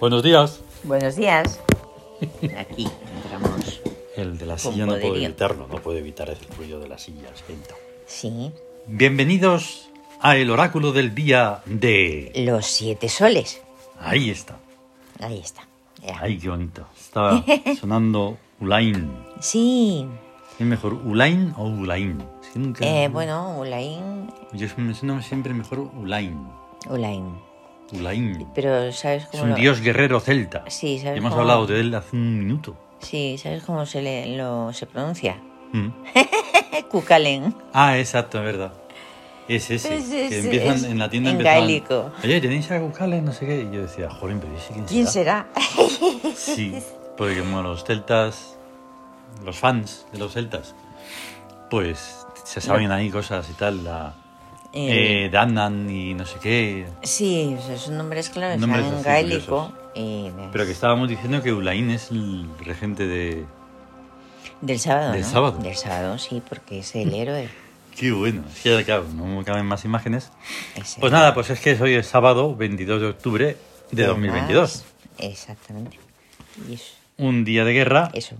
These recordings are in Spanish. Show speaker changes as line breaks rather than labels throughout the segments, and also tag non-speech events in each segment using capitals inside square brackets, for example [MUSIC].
Buenos días. [LAUGHS]
Buenos días. Aquí entramos.
El de la
Con
silla no puedo
poderío.
evitarlo, no puedo evitar el ruido de la silla, es lento.
Sí,
Bienvenidos a el oráculo del día de...
los siete soles.
Ahí está.
Ahí está. Ya.
Ay, qué bonito.
[LAUGHS]
Estaba sonando Ulain.
Sí,
¿Es mejor Ulain o Ulain? Es que nunca-
eh, bueno, Ulain.
Yo me suena siempre mejor Ulain.
Ulain.
Ulain.
Pero ¿sabes
Es
cómo
un
lo-
dios guerrero celta.
Sí, ¿sabes
Hemos
cómo-
hablado de él hace un minuto.
Sí, ¿sabes cómo se, le, lo, se pronuncia?
Mm.
Eh, Cucalen.
Ah, exacto, es verdad. Es ese.
Es
que
ese,
empiezan
es
en la tienda
en
empezaban,
gaélico.
Oye, tenéis a Cucalen, no sé qué. Y yo decía, joder, pero ¿ese quién,
¿Quién será? [LAUGHS]
Sí, porque como los celtas, los fans de los celtas, pues se saben ahí cosas y tal. La,
Eh,
eh, Dandan y no sé qué.
sí, o sea, son nombres claros,
Nombres
están en
así
gaélico. Y de-
Pero que estábamos diciendo que Ulain es el regente de.
Del sábado,
Del
¿no?
sábado.
Del sábado, sí, porque es el héroe.
Qué bueno, es que ya, claro, no me caben más imágenes.
Es el-
Pues nada, pues es que es hoy el sábado 22 de octubre de
Además,
2022.
Exactamente. Y eso.
Un día de guerra
eso.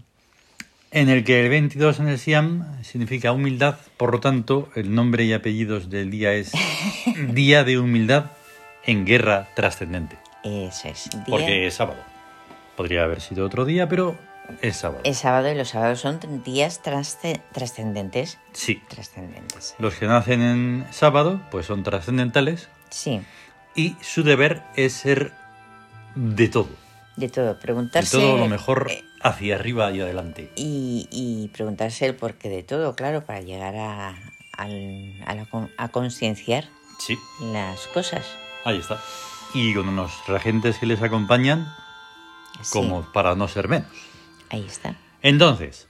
en el que el 22 en el Siam significa humildad, por lo tanto, el nombre y apellidos del día
[LAUGHS]
es Día de Humildad en Guerra Trascendente.
Eso es. Día-
Porque es sábado. Podría haber sido otro día, pero es sábado.
Es sábado y los sábados son días trasce- trascendentes.
Sí.
Trascendentes. ¿eh?
Los que nacen en sábado, pues son trascendentales
Sí,
y su deber es ser de todo.
de todo.
De
Preguntarse.
todo lo mejor
eh.
hacia arriba y adelante.
Y, y preguntarse el porqué de todo, claro, para llegar a, al- a, la con- a concienciar
Sí.
las cosas.
Ahí está. Y con unos regentes que les acompañan
Sí,
como para no ser menos.
Ahí está.
Entonces,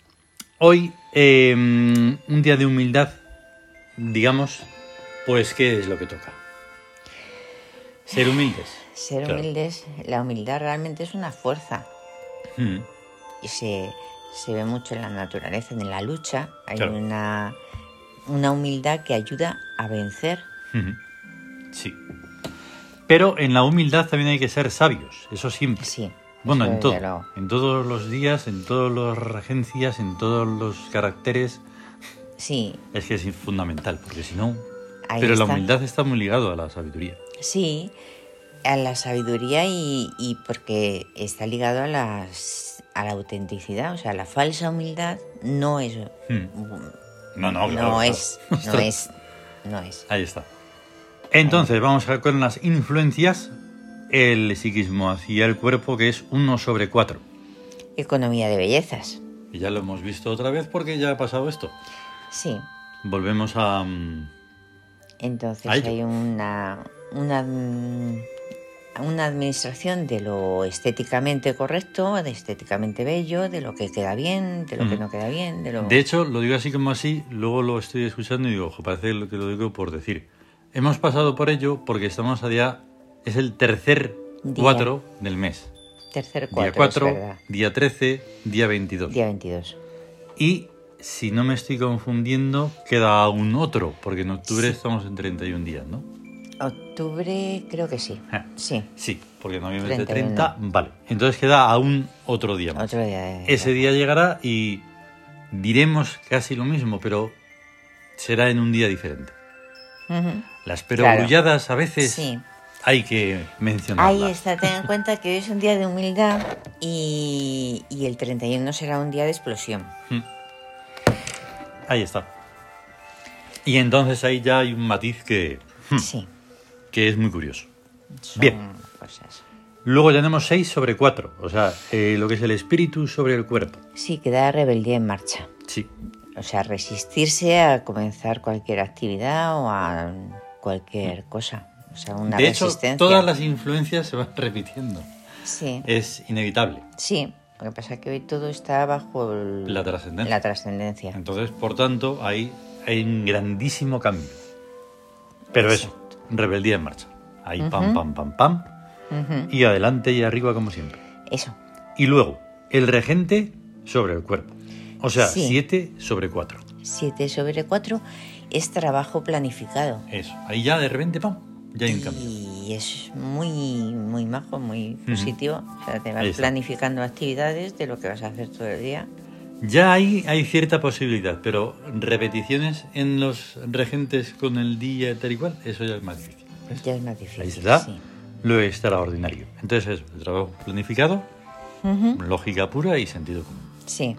hoy eh, un día de humildad, digamos, pues ¿qué es lo que toca? Ser humildes.
Ser
Claro.
humildes, la humildad realmente es una fuerza.
Mm,
y se, se ve mucho en la naturaleza, en la lucha. Hay
Claro.
una, una humildad que ayuda a vencer.
mm, Sí. Pero en la humildad también hay que ser sabios, eso siempre.
Sí.
Bueno,
eso
en
desde
todo.
luego.
En todos los días, en todas las regencias, en todos los caracteres.
Sí,
Es que es fundamental, porque si no...
Ahí
Pero la
está.
humildad está muy ligado a la sabiduría.
sí, a la sabiduría y, y porque está ligado a, las, a la autenticidad. O sea, la falsa humildad no es...
Mm. No, no,
No,
claro, claro.
es...
[LAUGHS]
No
Ostras.
es... No es.
Ahí está. Entonces, vamos a con las influencias. El psiquismo hacia el cuerpo, que es 1 sobre 4.
Economía de bellezas.
Y ya lo hemos visto otra vez porque ya ha pasado esto.
Sí.
Volvemos a... mm,
Entonces
A ello.
hay una, una, mm, una administración de lo estéticamente correcto, de estéticamente bello, de lo que queda bien, de lo que
Mm.
no queda bien, de lo...
De hecho, lo digo así como así, luego lo estoy escuchando y digo, ojo, parece lo que lo digo por decir. Hemos pasado por ello porque estamos allá, es el tercer
Día.
4 del mes.
Tercer
Día
cuatro, es
4,
verdad.
día 13, día 22.
Día 22.
Y si no me estoy confundiendo, queda aún otro, porque en octubre
Sí.
estamos en 31 días, ¿no?
Octubre, creo que sí.
Ja.
Sí,
Sí, porque noviembre es de
31.
30, vale. Entonces queda aún otro día más.
otro día de...
Ese día llegará y diremos casi lo mismo, pero será en un día diferente.
Ujú.
Las
Claro.
perogrulladas a veces
Sí.
hay que mencionarlas.
Ahí está, ten en cuenta que hoy es un día de humildad y, y el 31 será un día de explosión.
Ahí está. Y entonces ahí ya hay un matiz que,
Sí,
que es muy curioso.
son
Hmm. Bien.
cosas.
Luego tenemos 6 sobre 4, o sea, eh, lo que es el espíritu sobre el cuerpo.
Sí, queda rebeldía en marcha.
Sí,
O sea, resistirse a comenzar cualquier actividad o a cualquier cosa. O sea, una
de hecho,
resistencia.
todas las influencias se van [LAUGHS] repitiendo.
Sí,
Es inevitable.
sí. Lo que pasa es que hoy todo está bajo el-
La trascendencia. Mm.
la trascendencia.
Entonces, por tanto, ahí hay un grandísimo cambio. Pero eso, rebeldía en marcha. Ahí pam, pam, pam, pam.
Ujú,
Y adelante y arriba como siempre.
Eso.
Y luego, el regente sobre el cuerpo. O sea,
Sí.
7 sobre 4.
7 sobre 4 es trabajo planificado.
Eso. Ahí ya de repente, pam, ya hay un cambio.
Y y es muy, muy majo, muy
Ujú.
positivo. O sea, te
Ahí
vas
está.
planificando actividades de lo que vas a hacer todo el día.
Ya hay, hay cierta posibilidad, pero repeticiones en los regentes con el día tal y cual, eso ya es más difícil. ¿ves?
Ya es más difícil.
Ahí está
sí.
lo extraordinario. Entonces, eso, el trabajo planificado,
Ujú,
lógica pura y sentido común.
sí.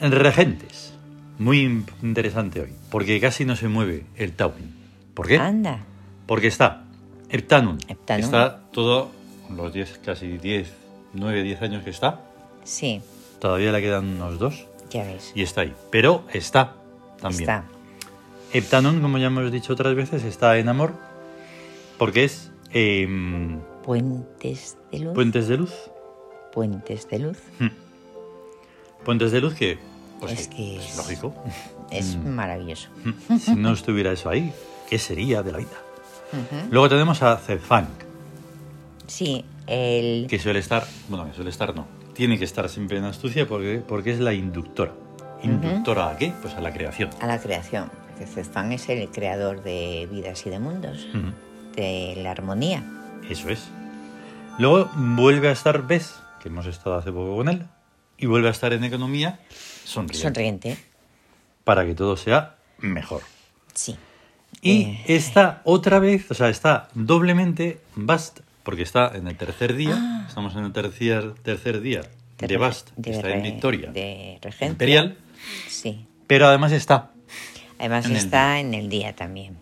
Regentes, muy in- interesante hoy, porque casi no se mueve el Tawin. ¿Por qué?
Anda.
Porque está Heptanum.
Ah. Heptanum.
Está todo, los 10, casi 10, 9, 10 años que está.
Sí,
Todavía le quedan unos dos
ya ves.
y está ahí. Pero está también.
Está.
Heptanon, como ya hemos dicho otras veces, está en amor porque es em,
Puentes de luz.
puentes de luz.
Puentes de luz.
Puentes de luz que, pues,
Es que
es
es-
lógico. [LAUGHS]
Es
Mm.
maravilloso.
si no estuviera eso ahí, ¿qué sería de la vida?
Ujú.
Luego tenemos a Zedfunk,
Sí, el...
que suele estar, bueno, que suele estar no, tiene que estar siempre en astucia porque, porque es la inductora. ¿Inductora a qué? Pues a la creación.
a la creación. Porque Zefán es el creador de vidas y de mundos,
Ujú,
de la armonía.
Eso es. Luego vuelve a estar Bes, que hemos estado hace poco con él, y vuelve a estar en economía sonriente.
Sonriente,
para que todo sea mejor.
sí.
Y
Eh,
está otra vez, o sea, está doblemente Bast, porque está en el tercer día, estamos en el tercer, tercer día de,
re-
Bast, que
Ah. de
está en
re-
Victoria
De regencia.
Imperial,
Sí.
pero además está.
Además
En el
está en el día también.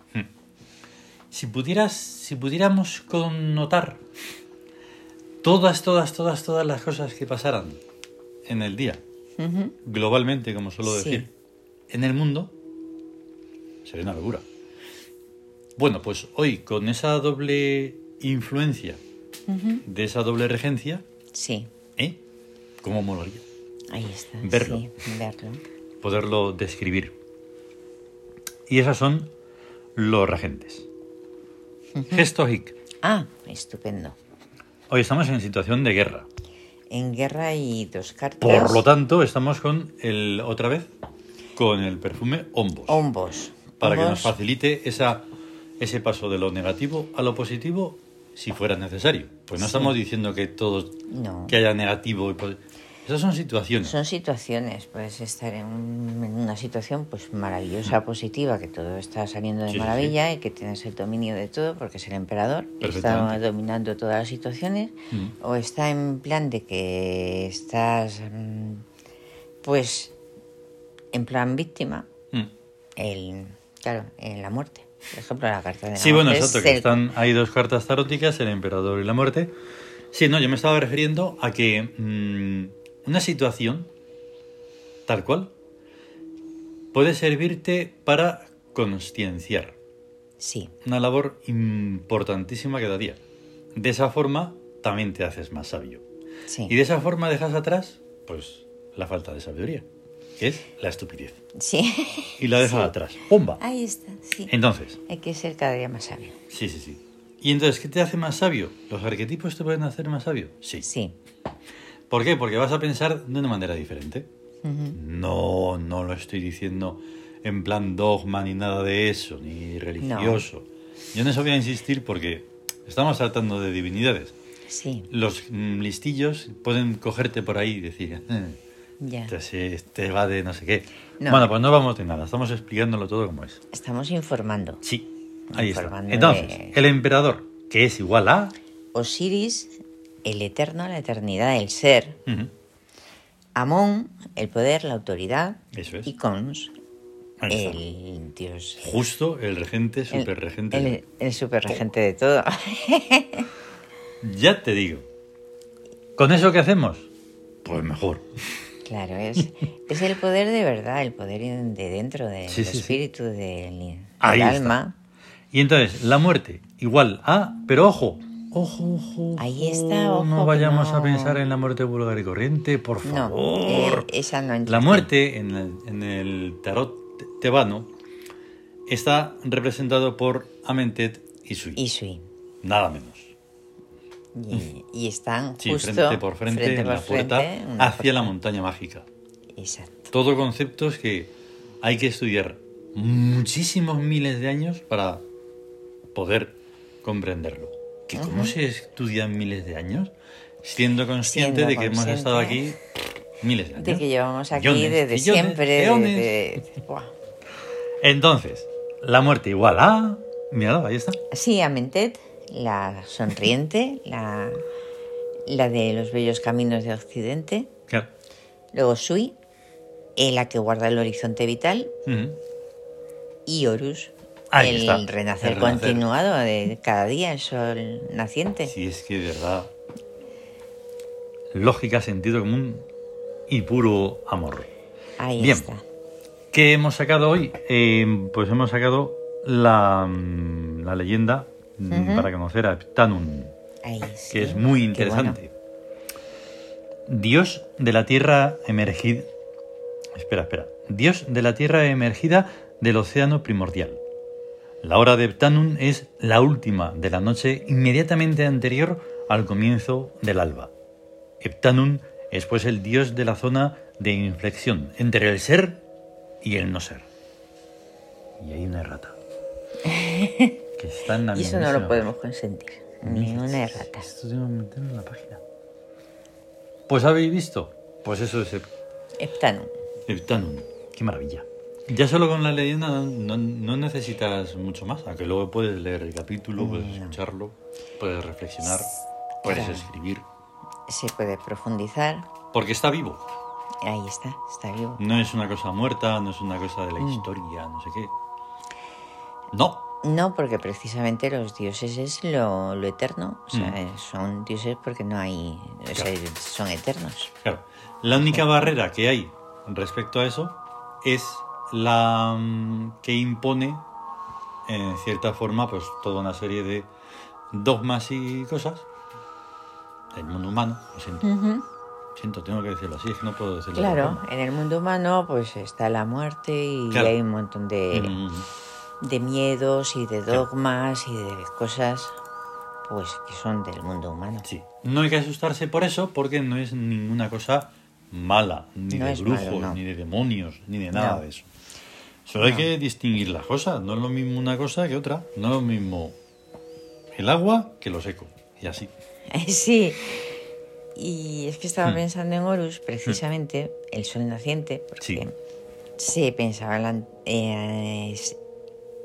Si pudieras, si pudiéramos connotar todas, todas, todas, todas las cosas que pasaran en el día,
Ujú.
globalmente, como suelo
Sí.
decir, en el mundo, sería una locura. Bueno, pues hoy con esa doble influencia de esa doble regencia,
Sí,
¿eh? ¿Cómo molaría?
ahí está.
Verlo.
Sí, verlo.
Poderlo describir. Y esas son los regentes. Gesto hic.
Ah, estupendo.
Hoy estamos en situación de guerra.
En guerra y dos cartas.
Por lo tanto, estamos con el, otra vez, con el perfume Ombos.
Oh, Hombos.
para que nos
Hombos,
facilite esa, ese paso de lo negativo a lo positivo si fuera necesario. Pues no
Sí.
estamos diciendo que todos
No.
que haya negativo y posi- esas son situaciones.
Son situaciones, puedes estar en, un- en una situación pues maravillosa, positiva, que todo está saliendo de
Mm. Sí, sí,
maravilla y que tienes el dominio de todo porque es el emperador y está
Perfectamente.
dominando todas las situaciones,
Mm.
o está en plan de que estás mm, pues en plan víctima,
Mm.
el claro, en la muerte. Por ejemplo, la carta de la
Sí, bueno,
muerte es
exacto, que
el-
están hay dos cartas taróticas, el emperador y la muerte. Sí, no, yo me estaba refiriendo a que mm, una situación tal cual puede servirte para concienciar.
Sí,
una labor importantísima cada día. De esa forma también te haces más sabio.
sí.
Y de esa forma dejas atrás, pues, la falta de sabiduría, que es la estupidez.
Sí. [LAUGHS]
Y la dejas atrás. ¡Pumba!
Ahí está, sí.
Entonces,
Hay que ser cada día más sabio.
sí, sí, sí. ¿Y entonces qué te hace más sabio? ¿Los arquetipos te pueden hacer más sabio? Sí.
Sí.
¿Por qué? Porque vas a pensar de una manera diferente.
Ujú.
No, no lo estoy diciendo en plan dogma ni nada de eso, ni religioso. Yo en eso voy a insistir porque estamos tratando de divinidades.
Sí,
los mm, listillos pueden cogerte por ahí y decir,
ya.
este, este va de no sé qué.
No.
Bueno, pues no vamos de nada, estamos explicándolo todo como es.
Estamos informando.
Sí, ahí está.
Informando
Entonces,
de-
el emperador, que es igual a...
Osiris, el eterno, la eternidad, el ser.
Ujú,
Amón, el poder, la autoridad.
Eso es.
Y Cons,
ahí está.
el dios.
Justo el regente,
el-
superregente.
El, el superregente de todo. [LAUGHS]
Ya te digo. ¿Con eso qué hacemos? Pues mejor.
claro, es, es el poder de verdad, el poder de dentro, del
Sí, sí, sí.
espíritu, del,
Ahí
del
está.
alma.
Y entonces, la muerte, igual a... Pero ojo, ojo, ojo.
Ahí está, ojo,
No
que
vayamos a
no.
pensar en la muerte vulgar y corriente, por
No,
favor.
eh, esa no entra
La
aquí.
muerte en el, en el tarot te- tebano está representado por Amentet y Sui.
Y Sui.
Nada menos.
Y, y están
Sí,
justo
frente por frente, en
por
la puerta
frente, una
hacia la
puerta.
montaña mágica.
Exacto.
Todo conceptos que hay que estudiar muchísimos miles de años para poder comprenderlo. ¿Que ¿Cómo se estudian miles de años? Siendo consciente
Siendo
de que hemos
consciente.
estado aquí miles de años.
De que llevamos aquí
Millones,
desde
millones,
siempre. de-
eones.
de- Buah.
Entonces, la muerte igual a... Mira, ahí está.
Sí, Amentet, la sonriente, la, la de los bellos caminos de Occidente.
Claro.
Luego Sui, eh, la que guarda el horizonte vital.
Ujú.
Y Horus,
Ahí
el
está,
renacer
el renacer.
continuado de cada día, el sol naciente.
Si es que de verdad... Lógica, sentido común y puro amor.
Ahí
Bien.
está.
¿Qué hemos sacado hoy? Eh, pues hemos sacado la, mm, la leyenda mm,
Ujú.
para conocer a Tanun,
Ahí, sí,
que es muy
qué
interesante. Dios de la tierra emergida. Espera, espera. Dios de la tierra emergida del océano primordial. La hora de Tanun es la última de la noche inmediatamente anterior al comienzo del alba. Heptanun es pues el dios de la zona de inflexión entre el ser y el no ser. Y hay una
[LAUGHS]
errata. Que está en la
bueno. Y eso no
mismísima
lo podemos consentir.
página.
Ni una errata.
Esto tengo que meterlo en la página. Pues habéis visto. Pues eso es Hep-
Heptanum.
Heptanun. Qué maravilla. Ya solo con la leyenda no, no- no necesitas mucho más, aunque luego puedes leer el
Mm.
capítulo, puedes escucharlo, puedes reflexionar, puedes
Claro.
escribir,
Se puede profundizar.
porque está vivo.
Ahí está, está vivo.
No es una cosa muerta, no es una cosa de la
Mm.
historia, no sé qué. No,
No, porque precisamente los dioses es lo, lo eterno. O sea,
Mm.
son dioses porque no hay. O sea, son eternos.
claro. La única barrera que hay respecto a eso es la mm, que impone, en cierta forma, pues toda una serie de dogmas y cosas del mundo humano. Lo siento, siento, tengo que decirlo así, es que no puedo decirlo. de otra
Claro,
forma.
en el mundo humano, pues está la muerte y
Claro.
hay un montón de,
Mm,
de miedos y de
Claro.
dogmas y de cosas pues que son del mundo humano.
Sí, no hay que asustarse por eso porque no es ninguna cosa mala, ni
No
de
es
brujos,
malo, no.
ni de demonios, ni de nada
No.
de eso. Solo hay que distinguir las cosas, no es lo mismo una cosa que otra, no es lo mismo el agua que lo seco, y así.
[LAUGHS] Sí. Y es que estaba
Hmm.
pensando en Horus, precisamente, el sol naciente, porque
Sí.
se pensaba, en la an- eh, s-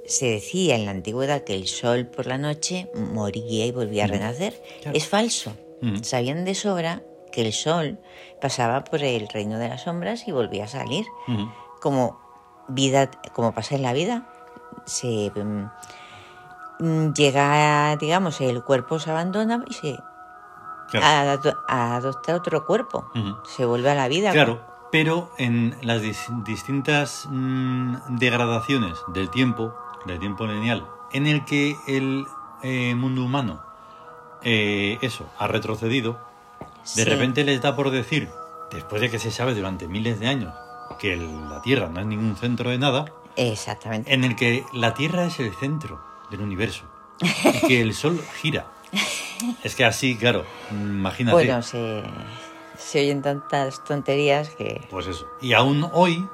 se decía en la antigüedad que el sol por la noche moría y volvía a renacer.
Hmm. Claro. Hmm.
Es falso.
Ujú.
Sabían de sobra que el sol pasaba por el reino de las sombras y volvía a salir
Ujú.
como vida, como pasa en la vida, se mm, mm, llega, digamos, el cuerpo se abandona y se
Claro.
ado- adopta otro cuerpo,
Ujú.
se vuelve a la vida.
Claro, pero en las dis- distintas mm, degradaciones del tiempo, del tiempo lineal, en el que el eh, mundo humano, eh, eso, ha retrocedido, De
Sí,
repente les da por decir, después de que se sabe durante miles de años que el- la Tierra no es ningún centro de nada,
Exactamente.
en el que la Tierra es el centro del universo y que el Sol gira. Es que así, claro, imagínate.
Bueno, se, se oyen tantas tonterías que
Pues eso. Y aún hoy,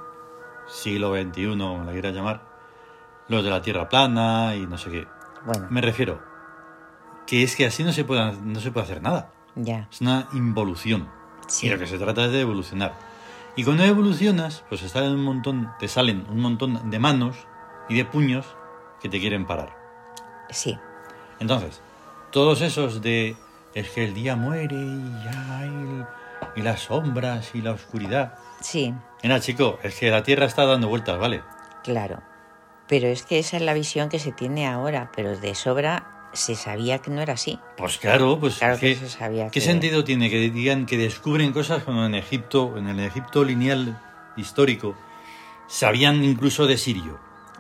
siglo XXI, como la quiera llamar, los de la Tierra plana y no sé qué.
bueno,
Me refiero que es que así no se puede, no se puede hacer nada.
ya.
Es una involución.
Sí.
Y lo que se trata es de evolucionar. Y cuando evolucionas, pues salen un montón, te salen un montón de manos y de puños que te quieren parar.
Sí.
Entonces, todos esos de es que el día muere y ya el- y las sombras y la oscuridad.
Sí,
Mira, chico, es que la Tierra está dando vueltas, ¿vale?
claro. Pero es que esa es la visión que se tiene ahora, pero de sobra se sabía que no era así.
Pues claro, pues
Claro que
¿qué,
se sabía
¿qué
que-
sentido tiene que digan que descubren cosas como en Egipto, en el Egipto lineal histórico, sabían incluso de Sirio?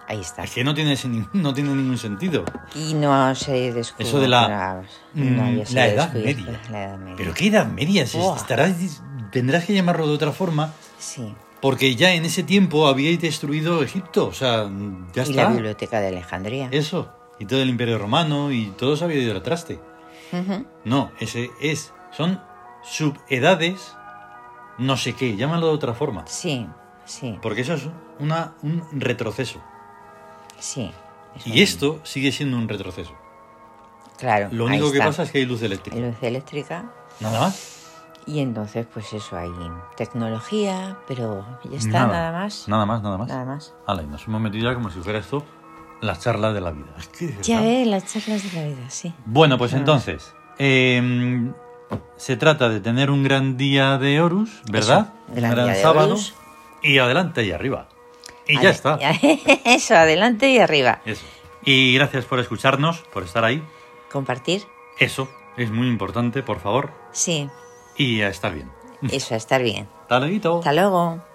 Ahí está.
Es que no tiene, sen- no tiene ningún sentido.
Y no se descubrió.
Eso de la-
no, no había
mm,
sido
la Edad
descubierta,
Media.
La Edad Media.
Pero qué edad media, si
Buah.
estarás, tendrás que llamarlo de otra forma,
Sí.
porque ya en ese tiempo habíais destruido Egipto, o sea, ya
Y la
está.
biblioteca de Alejandría.
Eso, y todo el imperio romano, y todo se había ido al traste.
Ujú.
No, ese es, son subedades, no sé qué, llámalo de otra forma,
Sí, sí,
porque eso es una, un retroceso.
sí. Es
Y
verdad.
esto sigue siendo un retroceso.
Claro.
Lo
ahí
único que
está.
pasa es que hay luz eléctrica.
Luz eléctrica.
Nada más.
Y entonces, pues eso, hay tecnología, pero ya está, nada, más.
Nada más, nada más.
Nada más.
Ala, y nos hemos metido ya como si fuera esto la charla de la vida. Es que, de
Ya ¿eh?
verdad.
ves, las charlas de la vida, sí.
Bueno, pues
Nada más.
entonces, eh, se trata de tener un gran día de Horus, ¿verdad?
Eso, gran día de Horus.
Y adelante y arriba. Y
Ale-
ya está.
[LAUGHS] Eso, adelante y arriba.
Eso. Y gracias por escucharnos, por estar ahí.
Compartir,
Eso es muy importante, por favor.
sí.
Y a estar bien.
Eso, estar bien.
Hasta luego.
Hasta luego.